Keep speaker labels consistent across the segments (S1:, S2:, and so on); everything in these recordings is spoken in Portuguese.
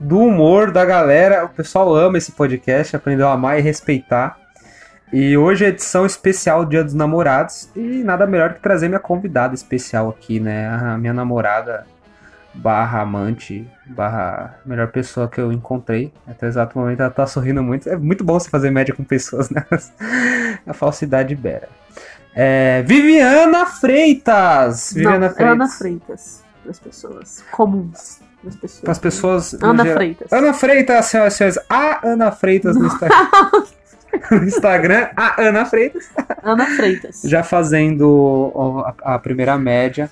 S1: do humor da galera. O pessoal ama esse podcast, aprendeu a amar e respeitar. E hoje é edição especial Dia dos Namorados. E nada melhor que trazer minha convidada especial aqui, né? A minha namorada barra amante, barra melhor pessoa que eu encontrei. Até o exato momento ela tá sorrindo muito. É muito bom você fazer média com pessoas, né? A falsidade beira. É, Viviana Freitas! Viviana
S2: Não, é Ana Freitas. Para as pessoas comuns. Para as pessoas.
S1: Para as pessoas. no
S2: Ana
S1: geral-
S2: Freitas.
S1: Ana Freitas, senhoras e senhores. A Ana Freitas no Instagram. no Instagram, a Ana Freitas.
S2: Ana Freitas.
S1: Já fazendo o- a, a primeira média.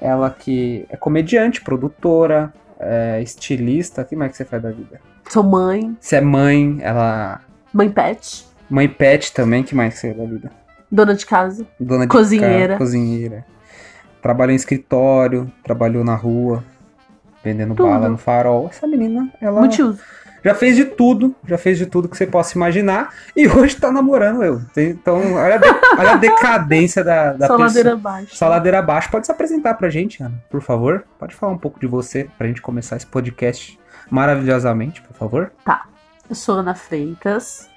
S1: Ela que é comediante, produtora, é, estilista. O que mais que você faz da vida?
S2: Sou mãe,
S1: Você é mãe, ela.
S2: mãe pet,
S1: Mãe pet também, que mais que você é da vida?
S2: dona de casa.
S1: Dona de
S2: Cozinheira.
S1: casa, cozinheira. Trabalhou em escritório, trabalhou na rua, vendendo
S2: Tudo.
S1: bala no farol. Essa menina, ela.
S2: Multiuso.
S1: Já fez de tudo, já fez de tudo que você possa imaginar. E hoje tá namorando eu. Tem- Então, olha a, de- olha a decadência da, da pessoa.
S2: Saladeira baixa.
S1: Essa ladeira abaixo. Pode se apresentar pra gente, Ana, por favor? Pode falar um pouco de você pra gente começar esse podcast maravilhosamente, por favor?
S2: Eu sou Ana Freitas.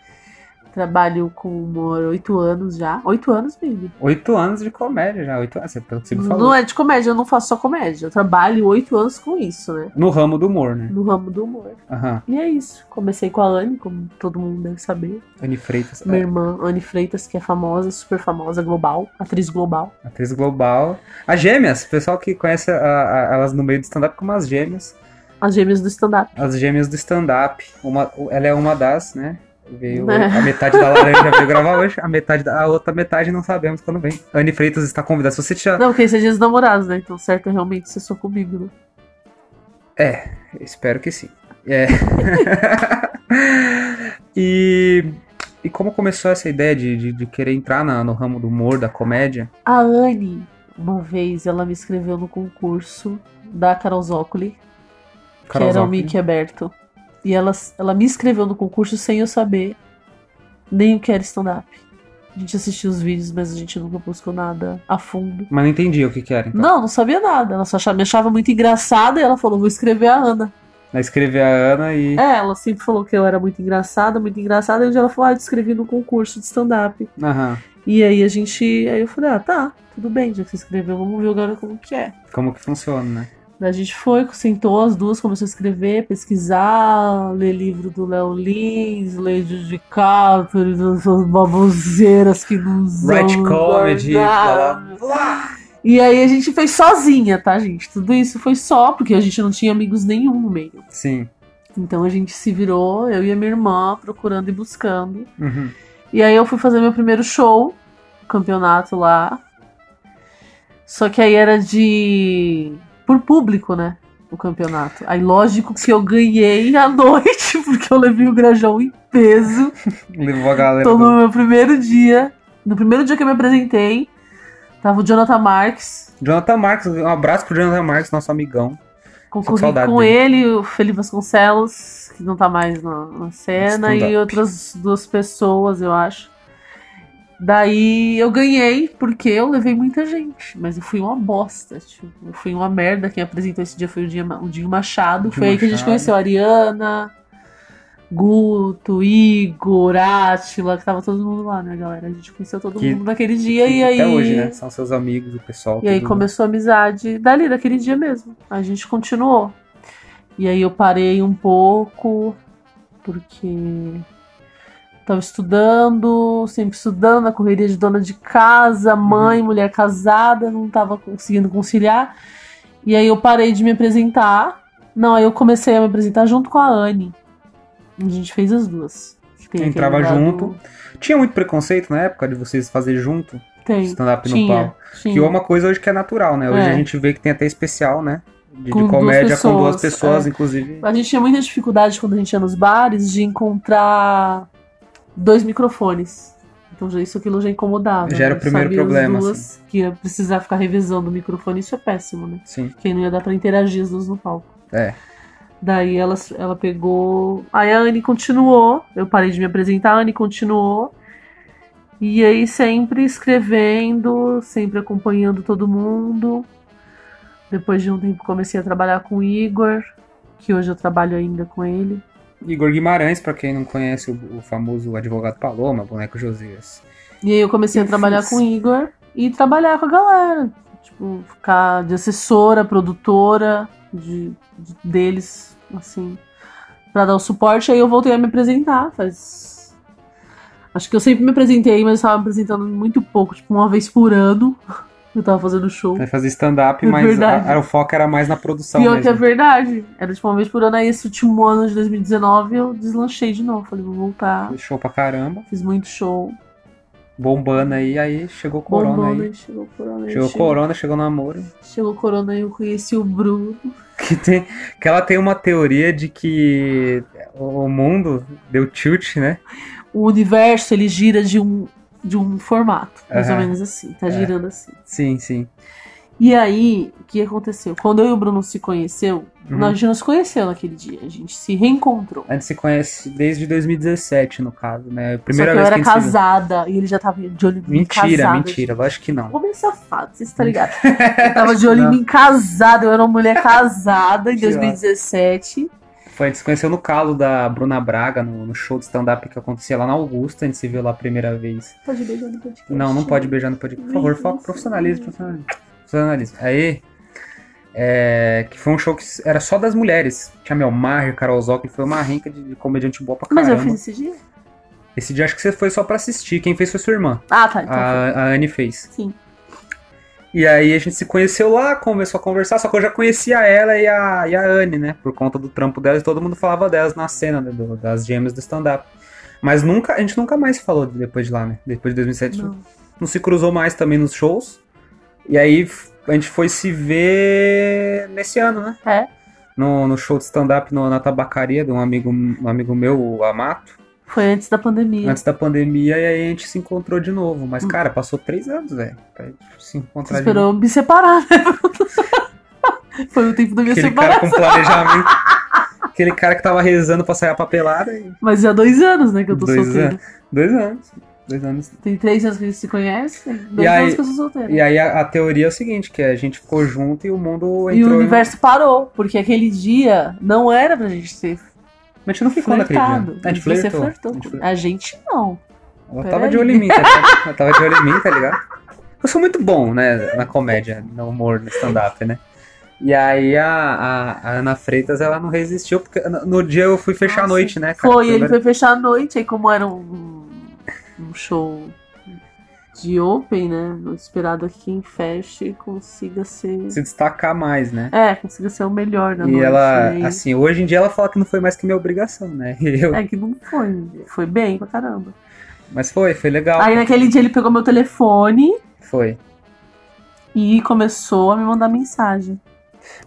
S2: Trabalho com humor oito anos já. Oito anos, baby.
S1: Oito anos de comédia já, oito anos, pelo que você me
S2: Não
S1: falou.
S2: é de comédia, eu não faço só comédia. Eu trabalho oito anos com isso, né?
S1: No ramo do humor, né?
S2: No ramo do humor.
S1: Aham.
S2: E é isso. Comecei com a Anne, como todo mundo deve saber.
S1: Anne Freitas,
S2: Minha irmã, Anne Freitas, que é famosa, super famosa, global, atriz global.
S1: é, atriz global. As gêmeas, o pessoal que conhece a- a- elas no meio do stand-up como as gêmeas.
S2: As gêmeas do stand-up.
S1: As gêmeas do stand-up. Uma- ela é uma das, né? Veio,
S2: É.
S1: A metade da laranja veio gravar hoje, a metade da a outra metade não sabemos quando vem. Anne Freitas está convidada. Se você já.
S2: Não, porque esse é dia dos namorados, né? Então, certo, é realmente ser só comigo, né?
S1: Espero que sim. É. e, e como começou essa ideia de, de, de querer entrar na- no ramo do humor, da comédia?
S2: A Anne, uma vez, ela me escreveu no concurso da Carol Zócoli, que
S1: Carol
S2: era o
S1: Zócoli.
S2: Mickey aberto. E ela, ela me escreveu no concurso sem eu saber nem o que era stand-up. A gente assistiu os vídeos, mas a gente nunca buscou nada a fundo.
S1: Mas não entendi o que, que era, então.
S2: Não, não sabia nada. Ela só achava, me achava muito engraçada e ela falou: vou escrever a Ana.
S1: Ela escreveu a Ana e.
S2: É, ela sempre falou que eu era muito engraçada, muito engraçada. E um dia ela falou: ah, eu te escrevi no concurso de stand-up.
S1: Aham.
S2: E aí a gente. Aí eu falei: ah, tá, tudo bem, já que você escreveu, vamos ver agora como que é.
S1: Como que funciona, né?
S2: Daí A gente foi, sentou as duas, começou a escrever, pesquisar, ler livro do Léo Lins, ler Júlio de Capri, essas baboseiras que não
S1: Right
S2: são
S1: comedy,
S2: nada.
S1: blá, blá, blá.
S2: E aí a gente fez sozinha, tá, gente? Tudo isso foi só, porque a gente não tinha amigos nenhum no meio.
S1: Sim.
S2: Então a gente se virou, eu e a minha irmã, procurando e buscando.
S1: Uhum.
S2: E aí eu fui fazer meu primeiro show, campeonato lá. Só que aí era de. por público, né? O campeonato. Aí, lógico que eu ganhei à noite, porque eu levei o Grajão em peso.
S1: Levou a galera.
S2: Então,
S1: do-
S2: no meu primeiro dia, no primeiro dia que eu me apresentei, tava o Jonathan Marques.
S1: Jonathan Marques, um abraço pro Jonathan Marques, nosso amigão.
S2: Concorri
S1: saudade
S2: com
S1: dele.
S2: ele, o Felipe Vasconcelos, que não tá mais na, na cena,
S1: Stand-up.
S2: e outras duas pessoas, eu acho. Daí eu ganhei, porque eu levei muita gente, mas eu fui uma bosta, tipo, eu fui uma merda. Quem apresentou esse dia foi o Dinho, Ma- o Dinho Machado.
S1: Dinho
S2: foi aí que a gente
S1: Machado.
S2: conheceu a Ariana, Guto, Igor, Átila, que tava todo mundo lá, né, galera? A gente conheceu todo
S1: Que-
S2: mundo naquele dia e aí.
S1: Até hoje, né? São seus amigos, o pessoal.
S2: E aí
S1: tudo.
S2: começou a amizade dali, daquele dia mesmo. A gente continuou. E aí eu parei um pouco, porque tava estudando, sempre estudando, na correria de dona de casa, mãe,
S1: Uhum.
S2: mulher casada, não tava conseguindo conciliar. E aí eu parei de me apresentar. Não, aí eu comecei a me apresentar junto com a Anne. A gente fez as duas. Tem aquele
S1: Entrava
S2: lugar do-
S1: junto. Tinha muito preconceito na época de vocês fazer junto
S2: Tem.
S1: stand-up no
S2: Tinha,
S1: palco.
S2: tinha.
S1: Que é uma coisa hoje que é natural, né? Hoje
S2: É.
S1: a gente vê que tem até especial, né? De, de
S2: Com duas
S1: comédia com duas
S2: pessoas, é.
S1: pessoas, inclusive.
S2: A gente tinha muita dificuldade quando a gente ia nos bares de encontrar dois microfones. Então já isso aquilo já incomodava.
S1: Já era o
S2: né?
S1: primeiro
S2: Sabia as
S1: problema, assim.
S2: Duas Que ia precisar ficar revisando o microfone, isso é péssimo, né?
S1: Sim.
S2: Porque aí não ia dar pra interagir as duas no palco.
S1: É.
S2: Daí ela, ela pegou. Aí a Anne continuou. Eu parei de me apresentar, a Anne continuou. E aí sempre escrevendo, sempre acompanhando todo mundo. Depois de um tempo comecei a trabalhar com o Igor, que hoje eu trabalho ainda com ele.
S1: Igor Guimarães, pra quem não conhece o, o famoso advogado Paloma, boneco Josias.
S2: E aí eu comecei a trabalhar com o Igor e trabalhar com a galera. Tipo, ficar de assessora, produtora de, de- deles, assim, pra dar o suporte. Aí eu voltei a me apresentar, faz. Acho que eu sempre me apresentei, mas eu tava me apresentando muito pouco, tipo, uma vez por ano. Eu tava fazendo show.
S1: Vai fazer stand-up,
S2: É
S1: mas
S2: verdade.
S1: a, a- o foco era mais na produção
S2: Pior que é
S1: mesmo.
S2: verdade. Era tipo uma vez por ano, aí esse último ano de 2019 eu deslanchei de novo. Falei, vou voltar.
S1: Show pra caramba,
S2: Fiz muito show.
S1: bombando aí, aí chegou Corona
S2: Bombando,
S1: aí.
S2: aí chegou corona. aí
S1: Chegou Corona, chegou namoro.
S2: Chegou corona e eu conheci o Bruno.
S1: Que, tem, que ela tem uma teoria de que o mundo deu tilt, né?
S2: O universo ele gira de um, de um formato, mais ou
S1: Aham. É.
S2: menos assim, tá girando assim.
S1: Sim, sim.
S2: E aí, o que aconteceu? Quando eu e o Bruno se conheceu,
S1: Uhum.
S2: nós- a gente não se conheceu naquele dia, a gente se reencontrou.
S1: A gente se conhece desde 2017, no caso, né? Primeira
S2: Só
S1: vez
S2: que eu era
S1: que a gente se viu.
S2: casada e ele já tava de olho em mim
S1: Mentira,
S2: casada,
S1: mentira, lógico que não.
S2: Homem safado, vocês estão ligados? Eu tava de olho em mim casada, eu era uma mulher casada em
S1: Que ótimo.
S2: 2017.
S1: Foi, a gente se conheceu no calo da Bruna Braga, no, no show de stand-up que acontecia lá na Augusta, a gente se viu lá a primeira vez.
S2: Pode beijar no podcast.
S1: Não, não pode beijar no podcast. Por favor, foco profissionalismo, profissionalismo. Profissionalismo. Aí. é, que foi um show que era só das mulheres. Tinha Mel Maher, Carol Zócoli, foi uma renca de, de comediante boa pra
S2: Mas
S1: caramba.
S2: eu fiz esse dia?
S1: Esse dia acho que você foi só pra assistir. Quem fez foi sua irmã.
S2: Ah, tá, então.
S1: A, a Anne fez.
S2: Sim.
S1: E aí a gente se conheceu lá, começou a conversar, só que eu já conhecia ela e a, e a Anne, né? Por conta do trampo delas, e todo mundo falava delas na cena, né, do- das gêmeas do stand-up. Mas nunca, a gente nunca mais falou de- depois de lá, né? Depois de 2007, a gente
S2: Não.
S1: não se cruzou mais também nos shows. E aí f- a gente foi se ver nesse ano, né?
S2: É.
S1: No, no show de stand-up no- na tabacaria de um amigo, um amigo meu, o Amato,
S2: Foi antes da pandemia.
S1: antes da pandemia, e aí a gente se encontrou de novo. Mas, cara, passou três anos, velho, pra gente se
S2: Você
S1: encontrar de novo.
S2: Hum. esperou me separar, né? Foi o tempo da minha
S1: Aquele cara
S2: separação.
S1: com planejamento. Aquele cara que tava rezando pra sair a papelada. e-
S2: Mas já há dois anos, né, que eu tô
S1: Dois
S2: solteira.
S1: Dois anos. Dois anos.
S2: Tem três anos que eles se conhecem, dois
S1: E aí-
S2: anos que eu sou solteira.
S1: E aí a, a teoria é o seguinte, que a gente ficou junto e o mundo
S2: E
S1: entrou...
S2: o
S1: em-
S2: universo parou, porque aquele dia não era pra gente ser
S1: Mas a gente não ficou naquele dia.
S2: flertado.
S1: A gente
S2: Você
S1: flertou.
S2: flertou.
S1: A gente flertou.
S2: A gente não.
S1: Ela
S2: Pera
S1: tava de
S2: aí.
S1: olho em mim, tá ligado? Ela tava de olho em mim, tá ligado? Eu sou muito bom, né, na comédia, no humor, no stand-up, né? E aí a, a- a Ana Freitas, ela não resistiu, porque no no dia eu fui fechar a
S2: Nossa,
S1: noite, né, cara?
S2: Foi, ele
S1: Primeiro-
S2: foi fechar a noite, aí como era um, um show de open, né? Não esperado que quem feche consiga ser.
S1: Se destacar mais, né?
S2: É, consiga ser o melhor da
S1: E
S2: noite.
S1: ela,
S2: né?
S1: assim, hoje em dia ela fala que não foi mais que minha obrigação, né? E eu-
S2: É que não foi. Foi bem pra caramba.
S1: mas foi, foi legal.
S2: Aí naquele dia ele pegou meu telefone
S1: Foi.
S2: e começou a me mandar mensagem.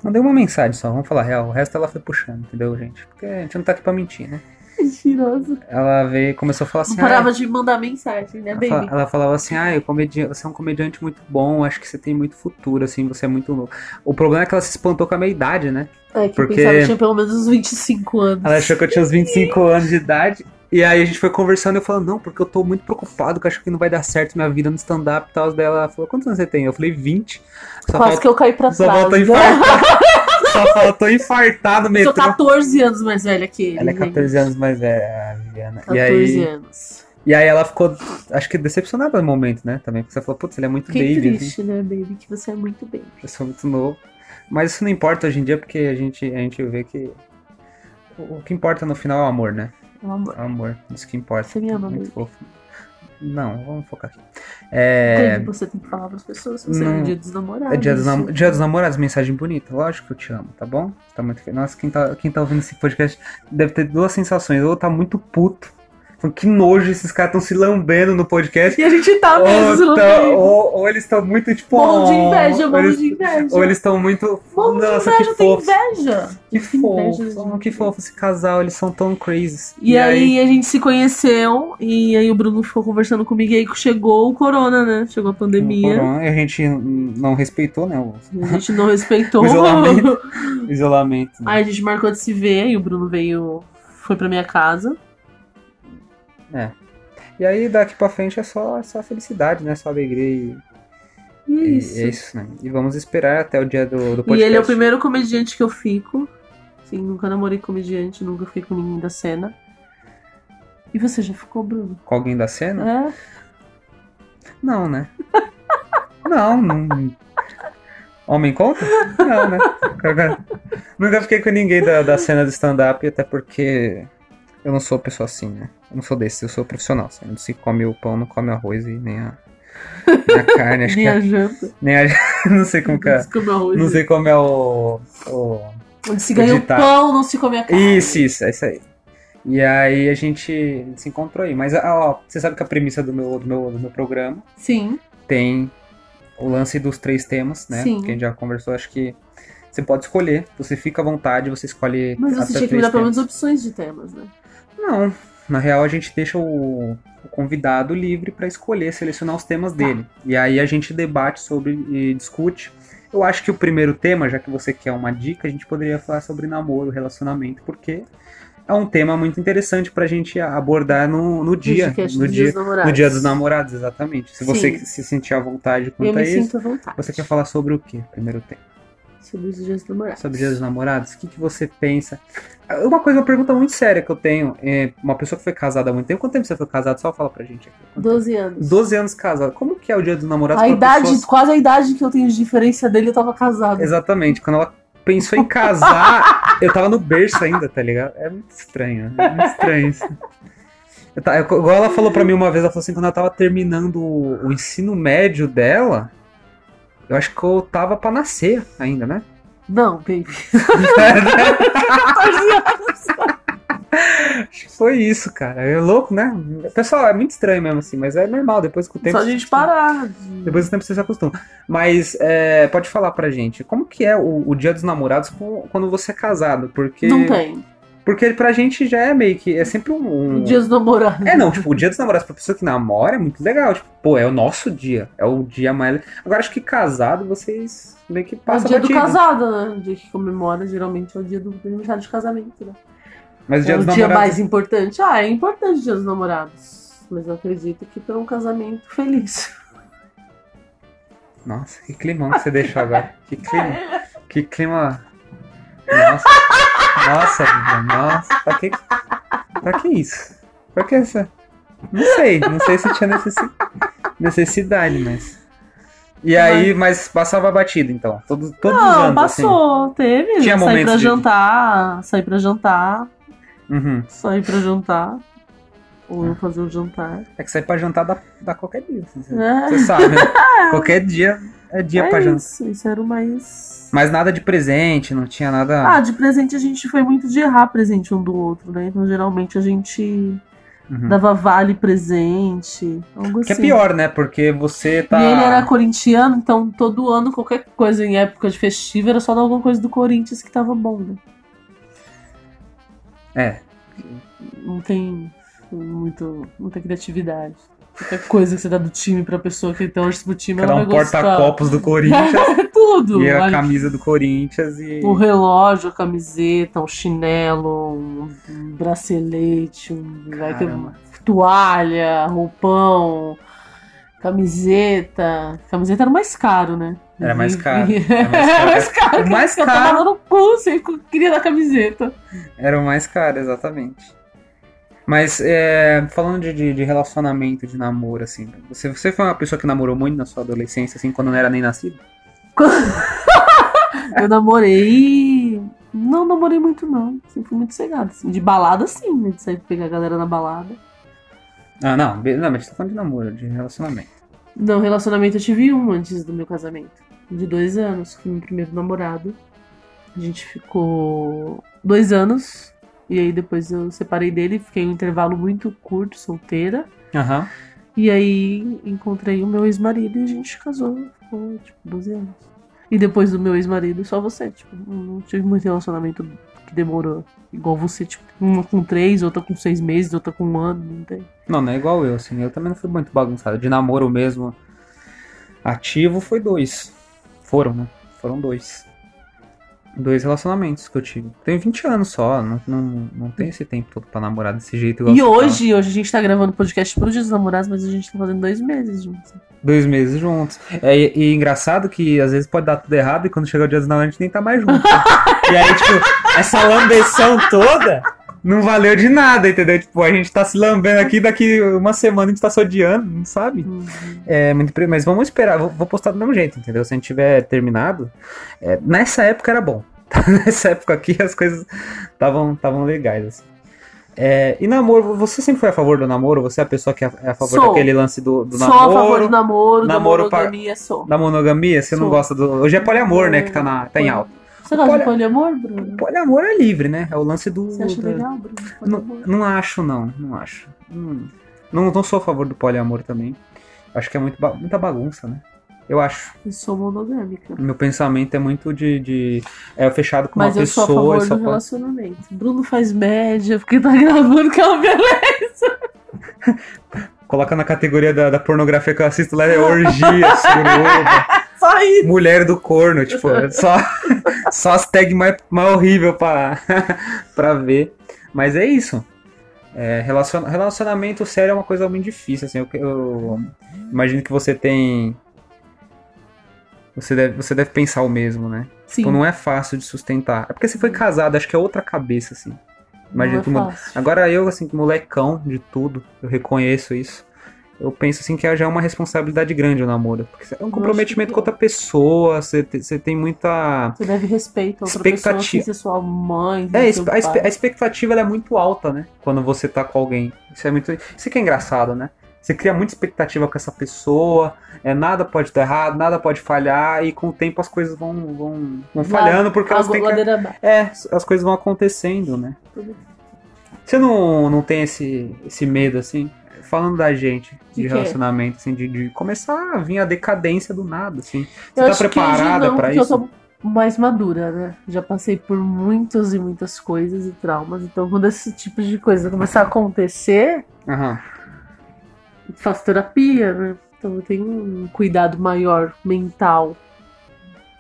S1: Mandei uma mensagem só, vamos falar a real. O resto ela foi puxando, entendeu, gente? Porque a gente não tá aqui pra mentir, né?
S2: Mentiroso.
S1: Ela veio, começou a falar assim.
S2: Não
S1: "Ah,
S2: parava de mandar mensagem, né,
S1: Ela,
S2: baby?
S1: fala- ela falava assim, ah, eu comedi- você é um comediante muito bom, acho que você tem muito futuro, assim, você é muito novo. O problema é que ela se espantou com a minha idade, né?
S2: É, que
S1: porque-
S2: eu pensava que tinha pelo menos uns 25 anos.
S1: Ela achou que eu tinha uns 25 anos de idade. E aí a gente foi conversando, eu falando, não, porque eu tô muito preocupado, que eu acho que não vai dar certo minha vida no stand-up e tal. Daí ela falou, quantos anos você tem? Eu falei, 20. Só,
S2: Quase que eu caí pra
S1: só
S2: trás.
S1: faltou
S2: né?
S1: infartar. só faltou infartar no
S2: Eu sou
S1: metrô.
S2: 14 anos mais velha que ele.
S1: né?
S2: né?
S1: Ela é
S2: gente.
S1: 14 anos mais velha, a Viviana. E
S2: 14
S1: aí,
S2: anos.
S1: e aí ela ficou, acho que decepcionada no momento, né? Também, porque você falou, putz, ele é muito
S2: Que
S1: baby, assim.
S2: triste, né, baby? Que você é muito baby.
S1: Eu sou muito novo. Mas isso não importa hoje em dia, porque a gente, a gente vê que. O o que importa no final é o amor, né?
S2: Meu amor.
S1: É o amor. Isso que importa.
S2: Você me ama,
S1: Muito
S2: baby.
S1: fofo. Não, vamos focar aqui. É.
S2: Baby, você tem que falar pras pessoas que você
S1: Não.
S2: é dia dos namorados.
S1: é dia, dos nam-
S2: você-
S1: dia dos namorados, mensagem bonita. Lógico que eu te amo, tá bom? Tá muito fe- Nossa, quem tá, quem tá ouvindo esse podcast deve ter duas sensações. Ou tá muito puto. falando, Que nojo, esses caras estão se lambendo no podcast.
S2: E a gente tá mesmo,
S1: Ou,
S2: não
S1: tá-
S2: tem.
S1: ou- ou eles estão muito tipo.
S2: Morro de
S1: "Oh",
S2: inveja,
S1: ou
S2: morro
S1: eles-
S2: de inveja.
S1: Ou eles estão muito.
S2: Morro de
S1: Nossa,
S2: inveja,
S1: que
S2: eu tenho
S1: fofo.
S2: inveja.
S1: Que
S2: Eu tenho inveja,
S1: fofo,
S2: gente.
S1: que fofo esse casal, eles são tão crazy.
S2: E, aí, a gente se conheceu, e aí o Bruno ficou conversando comigo, e aí chegou o corona, né? Chegou a
S1: o
S2: pandemia.
S1: corona, a gente não respeitou, né, o
S2: e A gente não respeitou.
S1: O isolamento. isolamento. né?
S2: aí a gente marcou de se ver, e o Bruno veio, foi pra minha casa.
S1: E aí daqui pra frente é só, é só felicidade, né, só alegria
S2: E é
S1: e,
S2: isso.
S1: e é isso, né. E vamos esperar até o dia do, do podcast.
S2: E ele é o primeiro comediante que eu fico. Sim, nunca namorei comediante, nunca fiquei com ninguém da cena. E você já ficou, Bruno?
S1: Com alguém da cena?
S2: É?
S1: Não, né? não, não. Homem conta? Não, né? Agora, Nunca fiquei com ninguém da, da cena do stand-up, até porque eu não sou pessoa assim, né? Eu não sou desse, eu sou profissional. Assim, não se come o pão, não come arroz e nem a, nem a carne, acho que
S2: Nem a
S1: é,
S2: janta.
S1: nem a. Não sei como que é.
S2: Não se come arroz.
S1: Não sei como é o- o
S2: Onde se ganha o
S1: Ditado.
S2: pão, não se come a carne.
S1: Isso, isso, é isso aí. E aí a gente se encontrou aí. Mas, ah, ó, você sabe que a premissa do meu, do meu, do meu programa
S2: Sim,
S1: tem o lance dos três temas, né?
S2: Sim.
S1: Que a gente já conversou, acho que você pode escolher. Você fica à vontade, você escolhe
S2: mas você
S1: até
S2: tinha que me
S1: três
S2: dar pelo
S1: temas.
S2: menos opções de temas, né?
S1: Não, na real a gente deixa o, o convidado livre pra escolher, selecionar os
S2: Tá.
S1: temas dele. E aí a gente debate sobre e discute. Eu acho que o primeiro tema, já que você quer uma dica, a gente poderia falar sobre namoro, relacionamento, porque é um tema muito interessante pra gente abordar no, no dia,
S2: Podcast
S1: no
S2: do
S1: dia,
S2: é dos namorados.
S1: no dia dos namorados, exatamente. Se você
S2: Sim.
S1: se sentir à vontade
S2: Eu
S1: quanto
S2: me
S1: a isso,
S2: sinto à vontade.
S1: você quer falar sobre o quê? Primeiro tema
S2: Sobre os dias dos namorados.
S1: sobre Dia dos Namorados, o que, que você pensa? Uma coisa, uma pergunta muito séria que eu tenho, é, uma pessoa que foi casada há muito tempo, quanto tempo você foi casado? Só fala pra gente aqui. Quanto
S2: 12 anos.
S1: tempo? 12 anos casado. Como que é o Dia dos Namorados?
S2: A
S1: pra
S2: idade,
S1: pessoa-
S2: quase a idade que eu tenho de diferença dele, eu tava casado.
S1: Exatamente, quando ela pensou em casar, eu tava no berço ainda, tá ligado? É muito estranho, é muito estranho isso. Eu ta- eu- igual ela falou pra mim uma vez, ela falou assim, quando ela tava terminando o, o ensino médio dela, eu acho que eu tava pra nascer ainda, né?
S2: Não, baby. 14 anos.
S1: Acho que Foi isso, cara. É louco, né? Pessoal, é muito estranho mesmo assim, mas é normal. Depois que o tempo.
S2: Só a gente parar. de-
S1: Depois do tempo você se acostuma. Mas é, pode falar pra gente, como que é o, o dia dos namorados com- quando você é casado? Porque.
S2: Não tem.
S1: Porque pra gente já é meio que. É sempre um.
S2: O dia dos namorados.
S1: É, não, tipo, o dia dos namorados pra pessoa que namora é muito legal. Tipo, pô, é o nosso dia. É o dia mais. Agora acho que casado vocês meio que
S2: É o
S1: passam
S2: dia do
S1: batido.
S2: casado, né? O dia que comemora, geralmente, é o dia do aniversário de casamento, né?
S1: Mas o dia
S2: é o
S1: dos
S2: dia
S1: namorados.
S2: mais importante. Ah, é importante o dia dos namorados. Mas eu acredito que para um casamento feliz.
S1: Nossa, que climão que você deixou agora. Que clima. Que clima. Nossa. Nossa, vida. Nossa. Pra que, pra que isso? Pra que essa? Não sei. Não sei se tinha necessi- necessidade, mas. E aí, mas passava batido, então. Todo, todos os
S2: Não,
S1: anos, assim.
S2: passou, teve.
S1: Tinha
S2: sair
S1: momentos
S2: pra
S1: de-
S2: jantar, sair pra jantar,
S1: assim. Uhum.
S2: sair pra jantar. Ou eu fazer um jantar.
S1: É que sair pra jantar dá, dá qualquer dia. assim, você-
S2: É.
S1: Você sabe, né? Qualquer dia é dia
S2: é
S1: pra jantar.
S2: isso, isso era o mais.
S1: Mas nada de presente, não tinha nada.
S2: Ah, de presente a gente foi muito de errar presente um do outro, né? Então geralmente a gente
S1: Uhum.
S2: dava vale presente, algo
S1: Que é
S2: assim.
S1: pior, né? Porque você tá.
S2: E ele era corintiano, então todo ano, qualquer coisa em época de festivo, era só dar alguma coisa do Corinthians que tava bom, né?
S1: É.
S2: Não tem muito, muita criatividade. Qualquer coisa que você dá do time pra pessoa que torce pro time,
S1: Cada
S2: ela
S1: um
S2: vai gostar.
S1: porta-copos do Corinthians
S2: É tudo!
S1: e a
S2: Olha,
S1: camisa do Corinthians e.
S2: O relógio, a camiseta, um chinelo, um um bracelete, um... vai ter
S1: Caramba.
S2: toalha, roupão, camiseta. Camiseta era o mais caro, né?
S1: Era mais caro,
S2: Era
S1: era mais caro.
S2: mais caro.
S1: O mais
S2: que Eu tava
S1: caro.
S2: dando cu, sem cu- queria dar camiseta.
S1: Era o mais caro, exatamente. Mas é, falando de, de, de relacionamento, de namoro, assim, você, você foi uma pessoa que namorou muito na sua adolescência, assim, quando não era nem nascido?
S2: Eu namorei. Não namorei muito, não. Sempre fui muito cegada. Assim. De balada, sim, né? De sair pra pegar a galera na balada.
S1: Ah, não, be- não, mas a gente tá falando de namoro, de relacionamento.
S2: Não, relacionamento eu tive um antes do meu casamento. De dois anos, com o meu primeiro namorado. A gente ficou dois anos. E aí depois eu separei dele, fiquei um intervalo muito curto, solteira.
S1: Aham.
S2: E aí encontrei o meu ex-marido e a gente casou. Ficou, tipo, 12 anos. E depois do meu ex-marido, só você, tipo, não tive muito relacionamento que demorou. Igual você, tipo, uma com três, outra com seis meses, outra com um ano, não tem.
S1: Não, não é igual eu, assim, eu também não fui muito bagunçado. De namoro mesmo ativo foi dois. Foram, né? Foram dois. Dois relacionamentos que eu tive. Tenho 20 anos só, não, não, não tenho esse tempo todo pra namorar desse jeito. igual
S2: E
S1: você fala.
S2: hoje, hoje a gente tá gravando podcast pro Dia dos Namorados, mas a gente tá fazendo dois meses juntos.
S1: Dois meses juntos. É, e, e engraçado que às vezes pode dar tudo errado e quando chega o dia dos namorados a gente nem tá mais junto. E aí, tipo, essa lambeção toda não valeu de nada, entendeu? Tipo, a gente tá se lambendo aqui, daqui uma semana a gente tá se odiando, não sabe? É muito pre- Mas vamos esperar, vou, vou postar do mesmo jeito, entendeu? Se a gente tiver terminado. é, nessa época era bom. nessa época aqui as coisas estavam tavam legais, assim. É, e namoro, você sempre foi a favor do namoro? Você é a pessoa que é a favor
S2: Sou.
S1: daquele lance do, do
S2: Sou
S1: namoro?
S2: a favor do namoro,
S1: namoro
S2: da
S1: pa-
S2: monogamia, sou.
S1: Da monogamia? Você não
S2: Sou.
S1: gosta do. Hoje é poliamor, né? Que tá, na, tá em alta.
S2: Você gosta
S1: Olha-
S2: de poliamor, Bruno?
S1: Poliamor é livre, né? É o lance do.
S2: Você acha
S1: da-
S2: legal, Bruno?
S1: Não,
S2: Poliamor?
S1: não acho, não. Não acho. Não, não, não sou a favor do poliamor também. Acho que é muito, ba- muita bagunça, né? Eu acho.
S2: Eu sou monogâmica.
S1: Meu pensamento é muito de. de é fechado com
S2: Mas
S1: uma
S2: eu sou a
S1: pessoa. e
S2: favor
S1: só
S2: do
S1: pode-
S2: relacionamento. Bruno faz média, porque tá gravando que é uma beleza.
S1: Coloca na categoria da, da pornografia que eu assisto lá, é orgia, suruba,
S2: Só isso.
S1: mulher do corno, tipo, é só, só as tags mais, mais horríveis pra, pra ver. Mas é isso. É, relaciona- relacionamento sério é uma coisa muito difícil, assim, eu, eu imagino que você tem... Você deve, você deve pensar o mesmo, né?
S2: Sim,
S1: Tipo, não é fácil de sustentar. É porque você foi casado, acho que é outra cabeça, assim. Imagina que
S2: não
S1: muda.
S2: é fácil.
S1: Agora eu, assim, molecão de tudo, eu reconheço isso. Eu penso assim que já é uma responsabilidade grande o namoro. Porque é um comprometimento com outra pessoa, você te- você tem muita.
S2: Você deve respeito a outra
S1: Expectativa.
S2: pessoa, sem ser sua mãe,
S1: É,
S2: é,
S1: a,
S2: seu
S1: espe-
S2: pai.
S1: a expectativa ela é muito alta, né? Quando você tá com alguém. Isso é muito. Isso que é engraçado, né? Você cria muita expectativa com essa pessoa, é, nada pode dar errado, nada pode falhar, e com o tempo as coisas vão, vão, vão falhando, porque elas
S2: Água-
S1: têm que.
S2: ladeira abaixo.
S1: É, as coisas vão acontecendo, né?
S2: Tudo.
S1: Você não, não tem esse, esse medo, assim? Falando da gente, de,
S2: De quê?
S1: relacionamento, assim, de, de começar a vir a decadência do nada, assim. Você
S2: eu
S1: tá
S2: acho que hoje
S1: preparada
S2: não,
S1: pra
S2: porque
S1: isso?
S2: Eu tô mais madura, né? Já passei por muitas e muitas coisas e traumas. Então, quando esse tipo de coisa começar a acontecer,
S1: Aham.
S2: eu faço terapia, né? Então, eu tenho um cuidado maior mental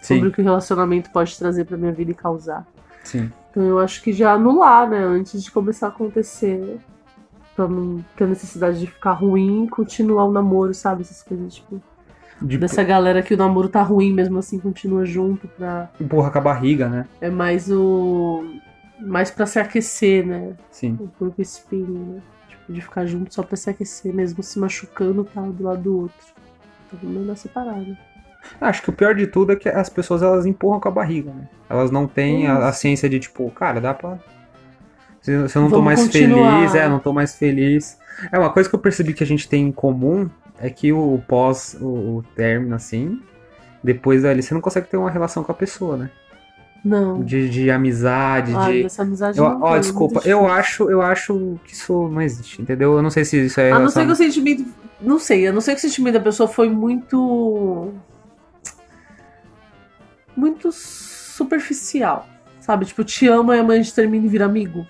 S1: Sim,
S2: sobre o que o relacionamento pode trazer pra minha vida e causar.
S1: sim.
S2: Então, eu acho que já anular, né? Antes de começar a acontecer. Pra não ter necessidade de ficar ruim e continuar o namoro, sabe? Essas coisas, tipo.
S1: De
S2: Dessa galera que o namoro tá ruim, mesmo assim, continua junto pra.
S1: empurra com a barriga, né?
S2: É mais o. Mais pra se aquecer, né?
S1: Sim.
S2: O corpo e espinho, né? Tipo, de ficar junto só pra se aquecer, mesmo se machucando tá do lado do outro. Então é melhor separar, né?
S1: Acho que o pior de tudo é que as pessoas, elas empurram com a barriga, né? Elas não têm a, a ciência de, tipo, cara, dá pra... Se, se eu não tô
S2: Vamos
S1: mais
S2: continuar.
S1: feliz, é, não tô mais feliz. É, uma coisa que eu percebi que a gente tem em comum é que o pós, o, o término, assim, depois dali você não consegue ter uma relação com a pessoa, né?
S2: Não.
S1: De, de amizade,
S2: Ah,
S1: de...
S2: essa amizade
S1: Eu,
S2: não. tem,
S1: ó,
S2: é
S1: desculpa,
S2: muito
S1: eu
S2: difícil.
S1: acho, eu acho que isso não existe, entendeu? Eu não sei se isso é
S2: A não ser que
S1: relação-
S2: o sentimento. Não sei, a não ser que o sentimento da pessoa foi muito. Muito superficial. Sabe? Tipo, te ama e amanhã a gente termina e vira amigo.